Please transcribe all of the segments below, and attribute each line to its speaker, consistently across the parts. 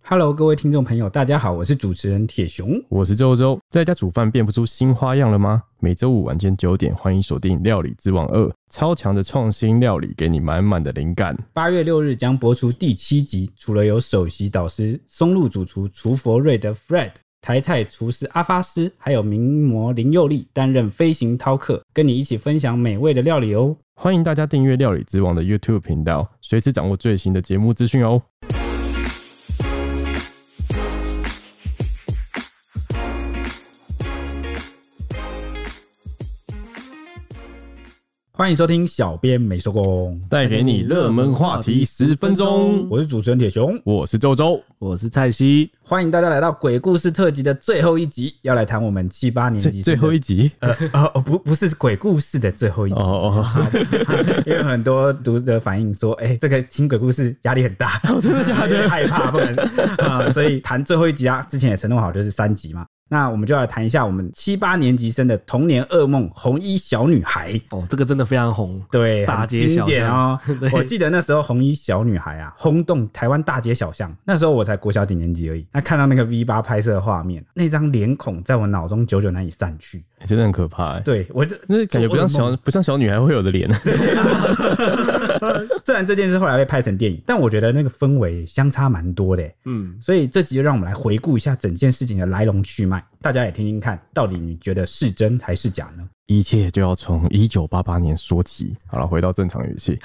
Speaker 1: Hello，各位听众朋友，大家好，我是主持人铁熊。
Speaker 2: 我是周周，在家煮饭变不出新花样了吗？每周五晚间九点，欢迎锁定《料理之王二》，超强的创新料理，给你满满的灵感。
Speaker 1: 八月六日将播出第七集，除了有首席导师松露主厨厨佛瑞的 Fred、台菜厨师阿发师，还有名模林佑利担任飞行饕客，跟你一起分享美味的料理哦。
Speaker 2: 欢迎大家订阅《料理之王》的 YouTube 频道，随时掌握最新的节目资讯哦。
Speaker 1: 欢迎收听《小编没收工》，
Speaker 2: 带给你热门话题十分钟。
Speaker 1: 我是主持人铁熊，
Speaker 2: 我是周周，
Speaker 3: 我是蔡西，
Speaker 1: 欢迎大家来到鬼故事特辑的最后一集，要来谈我们七八年级生
Speaker 2: 最最后
Speaker 1: 的
Speaker 2: 一集
Speaker 1: 呃哦哦不不是鬼故事的最后一集。
Speaker 2: 哦哦，
Speaker 1: 因为很多读者反映说，哎、这个听鬼故事压力很大，真的假的？害怕不能啊、呃所以谈最后一集啊，之前也承诺好就是三集嘛。那我们就来谈一下我们七八年级生的童年噩梦——红衣小女孩。
Speaker 3: 哦，这个真的非常红，
Speaker 1: 对，
Speaker 3: 大
Speaker 1: 很
Speaker 3: 街
Speaker 1: 经
Speaker 3: 小
Speaker 1: 典哦
Speaker 3: 巷。
Speaker 1: 我记得那时候红衣小女孩啊，轰动台湾大街小巷。那时候我才国小几年级而已，那看到那个 V 八拍摄的画面，那张脸孔在我脑中久久难以散去。
Speaker 2: 欸真的很可怕、欸。
Speaker 1: 对我这
Speaker 2: 那感觉不像
Speaker 1: 做噩梦
Speaker 2: 小不像小女孩会有的脸，
Speaker 1: 虽然这件事后来被拍成电影，但我觉得那个氛围相差蛮多的耶。
Speaker 3: 嗯，
Speaker 1: 所以这集就让我们来回顾一下整件事情的来龙去脉，大家也听听看，到底你觉得是真还是假呢？
Speaker 2: 一切就要从一九八八年说起。好了，回到正常语 气。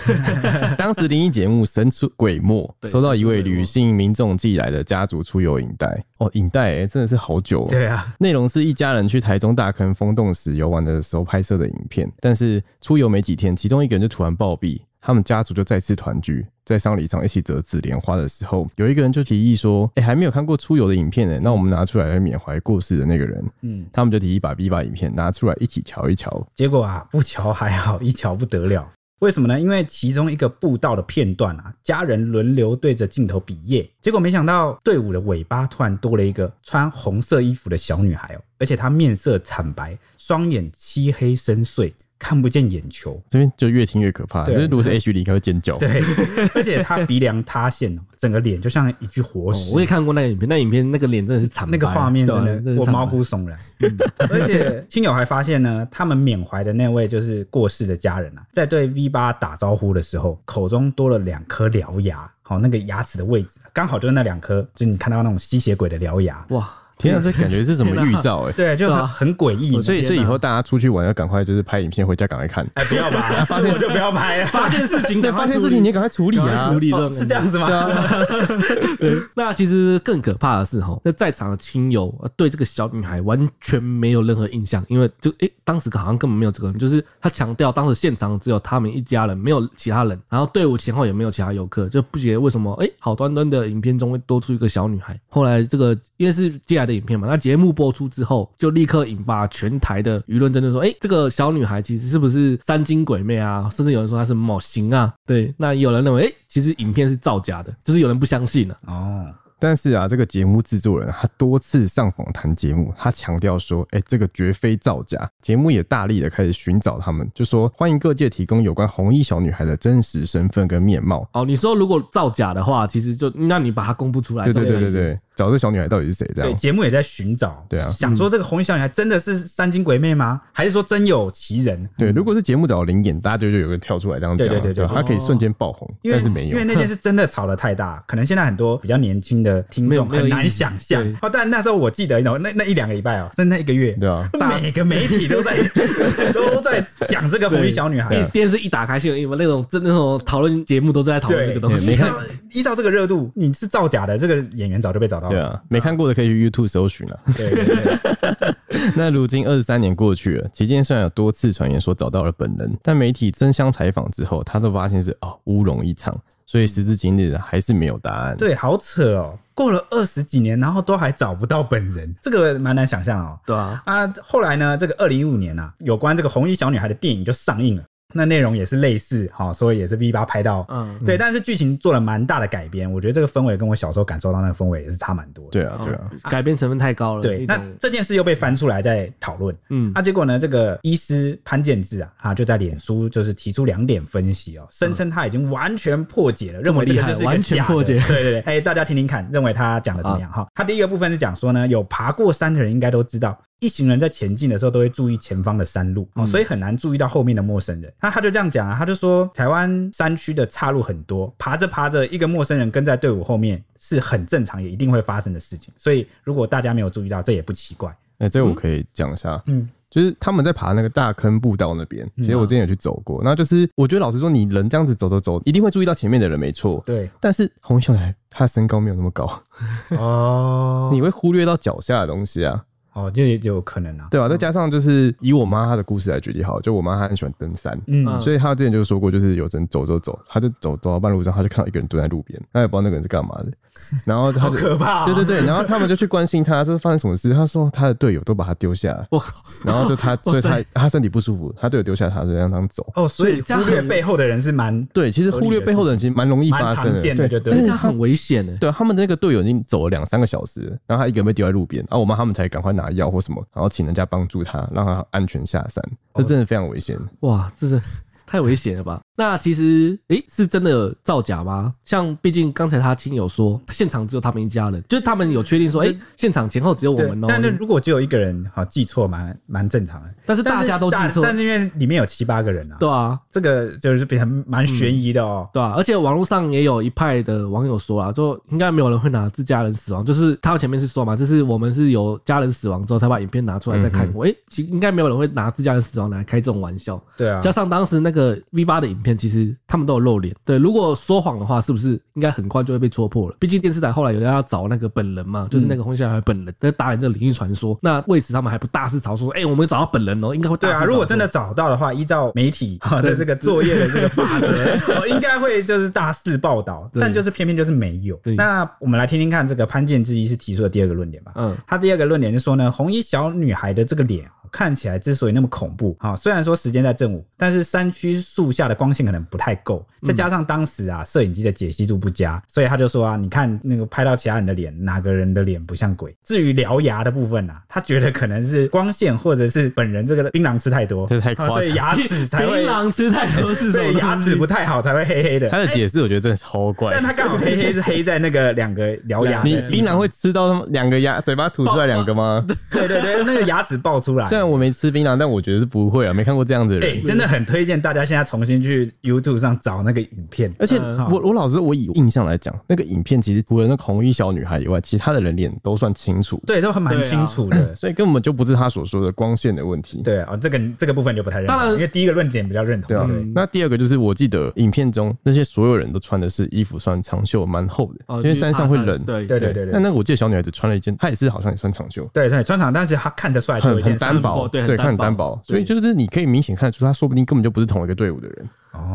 Speaker 2: 当时灵异节目《神出鬼没》
Speaker 3: 对
Speaker 2: 收到一位
Speaker 3: 神出鬼没
Speaker 2: 女性民众寄来的家族出游影带，哦，影带、欸、真的是好久、哦。
Speaker 1: 对啊，
Speaker 2: 内容是一家人去台中大坑风洞石游玩的时候拍摄的影片，但是出游没几天，其中一个人就突然暴毙，他们家族就再次团聚。在丧礼上一起折纸莲花的时候，有一个人就提议说：“哎、还没有看过出游的影片呢、欸那我们拿出来来缅怀过世的那个人。”
Speaker 1: 嗯，
Speaker 2: 他们就提议把 V 把影片拿出来一起瞧一瞧。
Speaker 1: 结果啊，不瞧还好，一瞧不得了。为什么呢？因为其中一个步道的片段啊，家人轮流对着镜头比耶，结果没想到队伍的尾巴突然多了一个穿红色衣服的小女孩哦，而且她面色惨白，双眼漆黑深邃，看不见眼球。
Speaker 2: 这边就越听越可怕，就
Speaker 1: 对
Speaker 2: 是如果是 H 里，应该会尖叫。
Speaker 1: 对，而且她鼻梁塌陷哦，整个脸就像一具活
Speaker 3: 哦
Speaker 1: 尸。
Speaker 3: 我也看过那个影片，那影片那个脸真的是惨白，
Speaker 1: 那个画面
Speaker 3: 对啊
Speaker 1: 真的，
Speaker 3: 是
Speaker 1: 我
Speaker 3: 惨白嗯
Speaker 1: 毛骨悚然。 而且亲友还发现呢，他们缅怀的那位就是过世的家人啊，在对 V 八打招呼的时候，口中多了两颗獠牙，好、那个牙齿的位置刚好就是那两颗，就是你看到那种吸血鬼的獠牙，
Speaker 3: 哇，
Speaker 2: 天啊，这感觉是什么预 兆哎、
Speaker 1: 对，就
Speaker 3: 对
Speaker 1: 很、
Speaker 3: 啊
Speaker 1: 很诡异。
Speaker 2: 所以，所以以后大家出去玩要赶快就是拍影片回家赶快看。
Speaker 1: 哎，不要 吧，发现我就不要拍了，
Speaker 3: 发现事情，
Speaker 2: 对，
Speaker 3: 赶快
Speaker 2: 哎发现
Speaker 3: 处
Speaker 2: 事情
Speaker 3: 理
Speaker 2: 你也赶快处理
Speaker 3: 赶
Speaker 2: 啊
Speaker 3: 快处！理
Speaker 1: 哦
Speaker 3: 种
Speaker 1: 是这样子吗？
Speaker 3: 啊那其实更可怕的是哈，那在场的亲友呃对这个小女孩完全没有任何印象，因为就诶、当时好像根本没有这个人，就是他强调当时现场只有他们一家人，没有其他人，然后队伍前后也没有其他游客，就不解为什么诶、好端端的影片中会多出一个小女孩。后来这个因为是借来的影片嘛，那节目播出之后就立刻引发全台的舆论争论，说诶、这个小女孩其实是不是三精鬼魅啊？甚至有人说她是某型啊，对，那也有人认为诶、其实影片是造假的，就是有人不相信了、啊。
Speaker 1: 哦，
Speaker 2: 但是啊，这个节目制作人他多次上访谈节目，他强调说，哎、这个绝非造假。节目也大力的开始寻找他们，就说欢迎各界提供有关红衣小女孩的真实身份跟面貌。
Speaker 3: 哦，你说如果造假的话，其实就那你把它公布
Speaker 1: 啊
Speaker 3: 出来，
Speaker 2: 对对对对
Speaker 3: 这种感觉，
Speaker 2: 对，找这小女孩到底是谁？这
Speaker 1: 对，
Speaker 2: 样
Speaker 1: 节目也在寻找，
Speaker 2: 对啊
Speaker 1: 想说这个红衣小女孩真的是三精鬼魅吗？还是说真有其人？
Speaker 2: 对，如果是节目找灵眼，大家就就有个跳出来这样讲
Speaker 1: 嗯
Speaker 2: 啊，
Speaker 1: 对对对对
Speaker 2: 吧他可以瞬间爆红，
Speaker 1: 因为
Speaker 2: 但是没
Speaker 1: 因
Speaker 2: 有，
Speaker 1: 为那件事真的吵得太 大，可能现在很多比较年轻的听
Speaker 3: 没有
Speaker 1: 众
Speaker 3: 没有
Speaker 1: 很难
Speaker 3: 意识
Speaker 1: 想象
Speaker 3: 对
Speaker 1: 哦。但那时候我记得，那那一两个礼拜哦，甚至那一个月，
Speaker 2: 对啊，
Speaker 1: 每个媒体都在 都在讲这个红衣小女
Speaker 2: 对
Speaker 1: 孩
Speaker 3: 电。电视一打开，新闻一那种真的那种讨论节目都是在讨论这
Speaker 1: 对
Speaker 3: 个东，西
Speaker 1: 依。照依照这个热度，你是造假的，这个演员早就被找到
Speaker 2: 对
Speaker 1: 了。
Speaker 2: 啊，没看过的可以
Speaker 1: 嗯
Speaker 2: 去 YouTube 搜寻了。
Speaker 1: 对对对，
Speaker 2: 那如今二十三年过去了，期间虽然有多次传言说找到了本人，但媒体争相采访之后，他都发现是哦乌龙一场，所以时至今日还是没有答案。，
Speaker 1: 对，好扯哦！过了二十几年，然后都还找不到本人，这个蛮难想象哦。
Speaker 3: 对啊，
Speaker 1: 啊，后来呢，这个二零一五年啊，有关这个红衣小女孩的电影就上映了。那内容也是类似，好、所以也是 V 八拍到。
Speaker 3: 嗯，
Speaker 1: 对，但是剧情做了蛮大的改编，我觉得这个氛围跟我小时候感受到那个氛围也是差蛮多的。
Speaker 2: 对啊，对啊，
Speaker 3: 哦改编成分太高了。
Speaker 1: 对，
Speaker 3: 一
Speaker 1: 那啊
Speaker 3: 种
Speaker 1: 这件事又被翻出来再讨论。
Speaker 3: 嗯
Speaker 1: 那、结果呢？这个医师潘建志啊，他就在脸书就是提出两点分析
Speaker 3: 嗯
Speaker 1: 哦，声称他已经完全破解了，认为这个就是一个
Speaker 3: 完全
Speaker 1: 假的
Speaker 3: 破解
Speaker 1: 对对对，哎、大家听听看，认为他讲的怎么样哈、他第一个部分是讲说呢，有爬过山的人应该都知道。一行人在前进的时候都会注意前方的山路、
Speaker 3: 嗯
Speaker 1: 哦，所以很难注意到后面的陌生人。那他就这样讲啊，他就说台湾山区的岔路很多，爬着爬着，一个陌生人跟在队伍后面是很正常，也一定会发生的事情。所以如果大家没有注意到，这也不奇怪。
Speaker 2: 哎，这个我可以讲一下，
Speaker 1: 嗯，
Speaker 2: 就是他们在爬那个大坑步道那边，其实我之前有去走
Speaker 1: 嗯
Speaker 2: 过。那就是我觉得老实说，你人这样子走走走，一定会注意到前面的人，没错。
Speaker 1: 对，
Speaker 2: 但是洪小孩他的身高没有那么高，
Speaker 1: 哦
Speaker 2: 你会忽略到脚下的东西啊，
Speaker 1: 哦，就也有可能啊。
Speaker 2: 对吧、再加上就是以我妈她的故事来举例好了，就我妈她很喜欢登山，
Speaker 1: 嗯
Speaker 3: 嗯
Speaker 2: 所以她之前就说过，就是有人走走走，她就走走到半路上，她就看到一个人蹲在路边，她也不知道那个人是干嘛的，然后她
Speaker 1: 好
Speaker 2: 就。
Speaker 1: 可怕、
Speaker 2: 对对，对，然后他们就去关心他，就是发生什么事。他说他的队友都把他丢下来，
Speaker 3: 我靠，
Speaker 2: 然后就他，所以
Speaker 3: 哇
Speaker 2: 他
Speaker 3: 塞
Speaker 2: 他身体不舒服，他队友丢下他，就让他走。
Speaker 1: 哦，所以
Speaker 3: 这样
Speaker 1: 忽略
Speaker 3: 很
Speaker 1: 背后的人是蛮
Speaker 2: 对，其实
Speaker 1: 合理
Speaker 2: 忽略
Speaker 1: 的
Speaker 2: 背后的人其实蛮容易
Speaker 1: 蛮
Speaker 2: 发
Speaker 1: 常
Speaker 2: 生的，
Speaker 1: 见的，就对
Speaker 2: 对。
Speaker 3: 而
Speaker 1: 了
Speaker 3: 且。这样很危险欸呢。
Speaker 2: 对，他们的那个队友已经走了两三个小时了，然后他一个人被丢在路边，然后我妈他们才赶快拿药或什么，然后请人家帮助他，让他安全下山。这真的非常危险。
Speaker 3: 哇，这是太危险了吧？那其实，诶、是真的有造假吗？像毕竟刚才他亲友说，现场只有他们一家人，就是他们有确定说，诶、现场前后只有我
Speaker 1: 对
Speaker 3: 们哦、
Speaker 1: 但是如果只有一个人好记错，蛮蛮正常的。
Speaker 3: 但是大家都记错
Speaker 1: 但，是因为里面有七八个人啊，
Speaker 3: 对啊，
Speaker 1: 这个就是变成蛮悬疑的哦。
Speaker 3: 对啊。而且网络上也有一派的网友说啊，就应该没有人会拿自家人死亡，就是他前面是说嘛，就是我们是有家人死亡之后才把影片拿出来再
Speaker 1: 嗯
Speaker 3: 看过，诶、其实应该没有人会拿自家人死亡来开这种玩笑。
Speaker 1: 对啊，
Speaker 3: 加上当时那个 V 八的影片，其实他们都有露脸。对，如果说谎的话，是不是应该很快就会被戳破了？毕竟电视台后来有要找那个本人
Speaker 1: 嗯
Speaker 3: 嘛，就是那个洪小孩本人在打脸这个灵异传说。那为此他们还不大肆嘲说，哎、我们找到本人哦，应该会大
Speaker 1: 对
Speaker 3: 肆
Speaker 1: 啊，
Speaker 3: 嘲
Speaker 1: 如果真的
Speaker 3: 说
Speaker 1: 找到的话，依照媒体哈的这个作业的这个法则，哦应该会就是大肆报道，
Speaker 3: 对
Speaker 1: 但就是偏偏就是没有
Speaker 3: 对。
Speaker 1: 那我们来听听看这个潘建之医是提出的第二个论点吧。
Speaker 3: 嗯
Speaker 1: 他第二个论点是说呢，红衣小女孩的这个脸啊看起来之所以那么恐怖啊，虽然说时间在正午，但是山区树下的光线可能不太够，再加上当时
Speaker 2: 嗯
Speaker 1: 啊摄影机的解析度不佳，所以他就说啊，你看那个拍到其他人的脸，哪个人的脸不像鬼？至于獠牙的部分啊，他觉得可能是光线或者是本人这个槟榔吃太多，
Speaker 2: 这太夸张
Speaker 1: 啊所以牙齿才会
Speaker 3: 槟，榔吃太多是什
Speaker 1: 所
Speaker 3: 么
Speaker 1: 以
Speaker 3: 东西？
Speaker 1: 牙齿不太好才会黑黑的。
Speaker 2: 他的解释我觉得真的超怪
Speaker 1: 但。他刚好黑黑是黑在那个两个獠牙
Speaker 2: 你
Speaker 1: 的地
Speaker 2: 槟榔会吃到他们两个牙嘴巴吐出来两个吗？
Speaker 1: 对对对，那个牙齿爆出来。
Speaker 2: 虽然我没吃槟榔，但我觉得是不会啊，没看过这样的
Speaker 1: 哦哎、
Speaker 2: 人。
Speaker 1: 真的很推荐大家现在重新去 YouTube 上找那个影片。
Speaker 2: 而且
Speaker 3: 嗯
Speaker 1: 好
Speaker 2: 我我老实说，我以印象来讲，那个影片其实除了那个红衣小女孩以外，其他的人脸都算清楚，
Speaker 1: 对，都很蛮清楚的。
Speaker 2: 所以根本就不是他所说的光线的问题。
Speaker 1: 对啊、这个这个部分就不太认同，
Speaker 3: 当然
Speaker 1: 因为第一个论点比较认同。
Speaker 2: 对啊
Speaker 1: 对，
Speaker 2: 那第二个就是我记得影片中那些所有人都穿的是衣服算长袖，蛮厚的，
Speaker 3: 哦
Speaker 2: 因为山上会冷。
Speaker 3: 对
Speaker 1: 对对对
Speaker 2: 但
Speaker 1: 对
Speaker 2: 那个我记得小女孩子穿了一件，她也是好像也穿长袖，
Speaker 1: 对对，穿场，但是他看得出来就有
Speaker 2: 很
Speaker 1: 一件
Speaker 2: 很单薄，
Speaker 3: 薄对很
Speaker 2: 看很
Speaker 3: 单
Speaker 2: 单
Speaker 3: 薄
Speaker 2: 薄，
Speaker 3: 对
Speaker 2: 所以就是你可以明显看得出，她说不定根本就不是同一个队伍的人。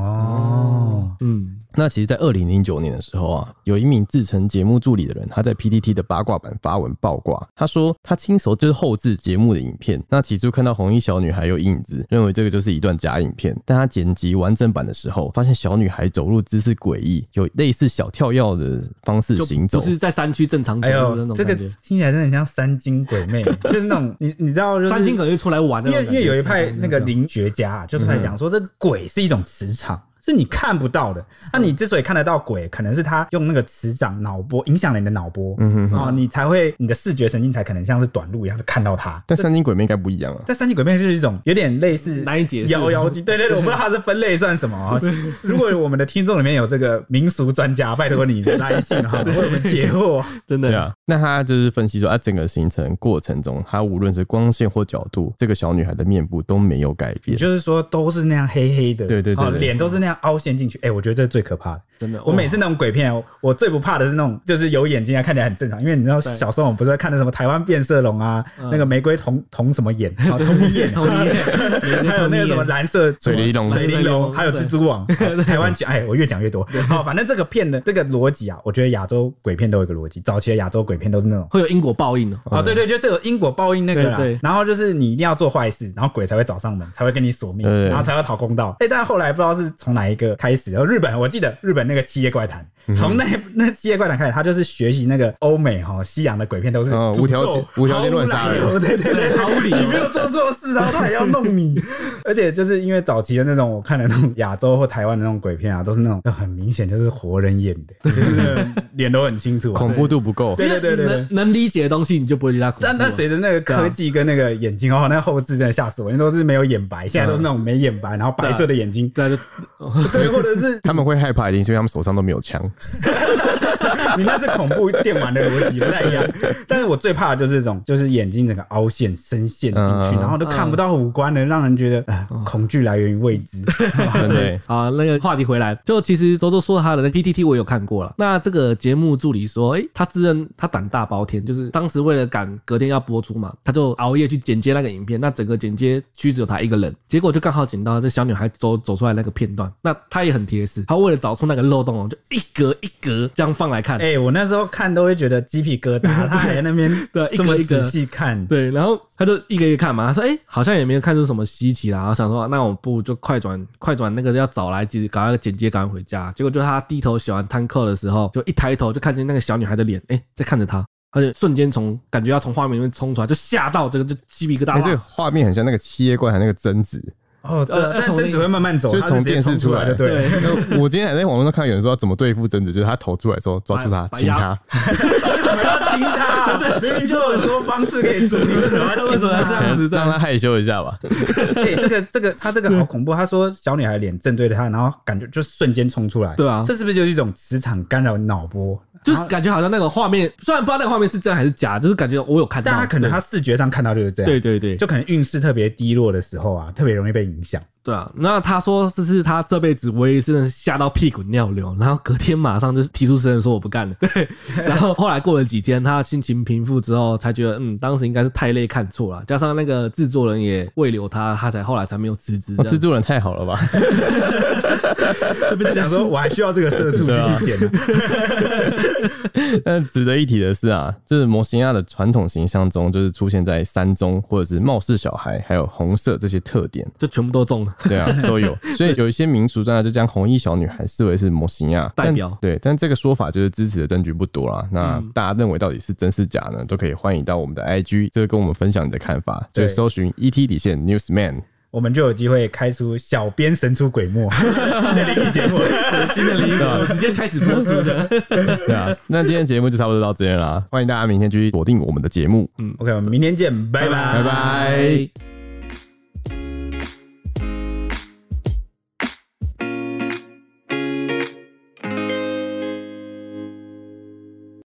Speaker 1: 哦，
Speaker 3: 嗯，
Speaker 2: 那其实，在二零零九年的时候啊，有一名自称节目助理的人，他在 PTT 的八卦版发文爆卦，他说他亲手就是后置节目的影片，那起初看到红衣小女孩有影子，认为这个就是一段假影片，但他剪辑完整版的时候，发现小女孩走路姿势诡异，有类似小跳跃的方式
Speaker 3: 就
Speaker 2: 行走
Speaker 3: 不。是在山区正常走
Speaker 1: 哎
Speaker 3: 路的那
Speaker 1: 呦，
Speaker 3: 种
Speaker 1: 这个
Speaker 3: 感觉。
Speaker 1: 听起来真的很像三精鬼魅，就是那种你你知道，就是
Speaker 3: 山精可能就出来玩的
Speaker 1: 因
Speaker 3: 那
Speaker 1: 为因
Speaker 3: 种嗯感觉，嗯
Speaker 1: 为有一派那个灵学家、啊、就出来讲说，这个鬼是一种磁场，是你看不到的。那、
Speaker 3: 嗯
Speaker 1: 你之所以看得到鬼，可能是他用那个磁场脑波影响了你的脑波，
Speaker 2: 嗯哼
Speaker 1: 哦，你才会你的视觉神经才可能像是短路一样的看到它。
Speaker 2: 但三精鬼魅应该不一样啊。
Speaker 1: 但三级鬼片就是一种有点类似
Speaker 3: 难以解释
Speaker 1: 妖妖精，对对对，我不知道它是分类算什么 啊。如果我们的听众里面有这个民俗专家，拜托你来信 哈，为我们解惑。
Speaker 3: 真的
Speaker 2: 对啊，那他就是分析说，啊，整个行程过程中，他无论是光线或角度，这个小女孩的面部都没有改
Speaker 1: 也
Speaker 2: 变。
Speaker 1: 就是说，都是那样黑黑的，
Speaker 2: 对对对
Speaker 1: 哦
Speaker 2: 对
Speaker 1: 脸都是那样凹陷进去，哎、我觉得这是最可怕的。
Speaker 3: 真的，
Speaker 1: 我每次那种鬼片，我我最不怕的是那种就是有眼睛啊，看起来很正常。因为你知道
Speaker 3: 对
Speaker 1: 小时候我们不是会看的什么台湾变色龙啊，
Speaker 3: 嗯
Speaker 1: 那个玫瑰瞳瞳什么眼，啊瞳 眼，
Speaker 3: 同一眼，
Speaker 1: 还有 那个什么蓝色
Speaker 2: 水玲珑
Speaker 1: 水玲
Speaker 3: 水玲
Speaker 1: 珑，
Speaker 3: 珑
Speaker 1: 还有蜘蛛网，好台湾起哎，我越讲越多。好，反正这个片的这个逻辑啊，我觉得亚洲鬼片都有一个逻辑，早期的亚洲鬼片都是那种。
Speaker 3: 会有因果报应的。
Speaker 1: 啊、
Speaker 2: 嗯
Speaker 1: 对对，就是有因果报应那个啦。
Speaker 3: 对对
Speaker 1: 然后就是你一定要做坏事，然后鬼才会找上门，才会跟你索命，
Speaker 2: 对
Speaker 1: 然后才会讨公道。哎、但后来不知道是从哪一个开始，然哦后日本我记得日本那个《七夜怪谈》
Speaker 2: 嗯
Speaker 1: 从那那《七夜怪谈》开始，他就是学习那个欧美哈西洋的鬼片都是
Speaker 2: 哦
Speaker 1: 诅咒
Speaker 2: 无条件无条件乱杀人
Speaker 1: 毫无来由对对对，
Speaker 3: 毫无理由
Speaker 1: 你没有做错事，然后他还要弄你。而且就是因为早期的那种，我看的那种亚洲或台湾的那种鬼片啊，都是那种很明显就是活人演的，就是那种脸都很清楚啊、
Speaker 2: 恐怖度不够。
Speaker 1: 对对对对对
Speaker 3: 能能理解的东西，你就不会觉得它恐怖啊。
Speaker 1: 但但随着那个科技跟那个眼睛哦，那后置真的吓死我，因为都是没有眼白，现在都是那种没眼白，然后白色的眼睛，
Speaker 3: 对啊，
Speaker 1: 对，或者是
Speaker 2: 他们会害怕，一定是因为他们手上都没 有枪。
Speaker 1: 你那是恐怖电玩的逻辑不太一样。但是我最怕的就是这种，就是眼睛整个凹陷、深陷进去，
Speaker 2: 嗯
Speaker 1: 然后都看不到五官的，让人觉得哎恐惧来源于未知。
Speaker 2: 真的欸，
Speaker 3: 好，那个话题回来，就其实周周说他的那 PTT 我有看过了。那这个节目助理说，诶，他自认他胆大包天，就是当时为了赶隔天要播出嘛，他就熬夜去剪接那个影片。那整个剪接区只有他一个人，结果就刚好剪到这小女孩走走出来那个片段。那他也很贴实，他为了找出那个漏洞哦，就一格一格这样放来看。
Speaker 1: 哎，我那时候看都会觉得鸡皮疙瘩，他还在那边
Speaker 3: 对一
Speaker 1: 这
Speaker 3: 个
Speaker 1: 么
Speaker 3: 一个
Speaker 1: 仔细看，
Speaker 3: 对，然后他就一个一个看嘛，他说：“哎、好像也没有看出什么稀奇啦。”然后想说：“啊那我不如就快转快转那个要找来，急赶快剪接，赶快回家。”结果就他低头写完摊扣的时候，就一抬头就看见那个小女孩的脸，哎、在看着他，他就瞬间从感觉要从画面里面冲出来，就吓到这个就鸡皮疙瘩。
Speaker 2: 哎，这个画面很像那个七夜怪谈那个贞子，
Speaker 1: 哦，对
Speaker 3: 呃，
Speaker 1: 但
Speaker 3: 从
Speaker 1: 贞子会慢慢走，
Speaker 2: 就
Speaker 1: 哦
Speaker 2: 是
Speaker 1: 他是
Speaker 2: 从
Speaker 1: 直接
Speaker 2: 电视
Speaker 1: 冲
Speaker 2: 出
Speaker 1: 出来
Speaker 2: 来
Speaker 1: 的，
Speaker 2: 的。
Speaker 1: 对。
Speaker 2: 那我今天还在网络上看到有人说要怎么对付贞子，就是他头出来的时候抓住
Speaker 1: 哎
Speaker 2: 他，
Speaker 3: 把
Speaker 2: 亲
Speaker 3: 把
Speaker 2: 他，
Speaker 1: 为什么要亲他？啊明明就有很多方式可以处理，为什么要
Speaker 3: 为
Speaker 1: 亲
Speaker 3: 什么
Speaker 1: 他
Speaker 3: 要这样子的
Speaker 2: 让他害羞一 下吧。
Speaker 1: 对，哎这个这个他这个好恐怖。他说小女孩脸正对着他，然后感觉就瞬间冲出来。
Speaker 3: 对啊
Speaker 1: 这是不是就是一种磁场干扰脑波？
Speaker 3: 就
Speaker 1: 然后
Speaker 3: 感觉好像那个画面，虽然不知道那个画面是真还是假，就是感觉我有看到。
Speaker 1: 但他可能
Speaker 3: 对
Speaker 1: 他视觉上看到就是这样。
Speaker 3: 对对对，
Speaker 1: 就可能运势特别低落的时候啊，特别容易被影响。
Speaker 3: 对啊，那他说这是他这辈子唯一真的是吓到屁滚尿流，然后隔天马上就是提出辞呈说我不干了。 对，然后后来过了几天，他心情平复之后，才觉得嗯，当时应该是太累看错了，加上那个制作人也未留他，他才后来才没有辞职这
Speaker 2: 哇
Speaker 3: 样。
Speaker 2: 制哦作人太 好了吧？
Speaker 1: 特别想说，我还需要这个色素
Speaker 2: 对啊
Speaker 1: 去剪。
Speaker 2: 但值得一提的是啊，就是模型鸭的传统形象中，就是出现在山中或者是冒失小孩，还有红色这些特点，
Speaker 3: 就全部都中了，
Speaker 2: 对啊，都有。所以有一些民俗专家就将红衣小女孩视为是模型鸭
Speaker 3: 代
Speaker 2: 但
Speaker 3: 表
Speaker 2: 对，但这个说法就是支持的证据不多啦。那大家认为到底是真是假呢？都可以欢迎到我们的 IG，这个跟我们分享你的看法，就
Speaker 1: 对
Speaker 2: 是搜寻 ET 底线 Newsman。
Speaker 1: 我们就有机会开出小编神出鬼没 新的灵异节目。
Speaker 3: 新的领域我直接开始播出 的。
Speaker 2: 对啊， 那今天节目就差不多到这边啦，欢迎大家明天继续锁定我们的节目，
Speaker 1: OK，我们明天见，拜拜
Speaker 2: 拜拜。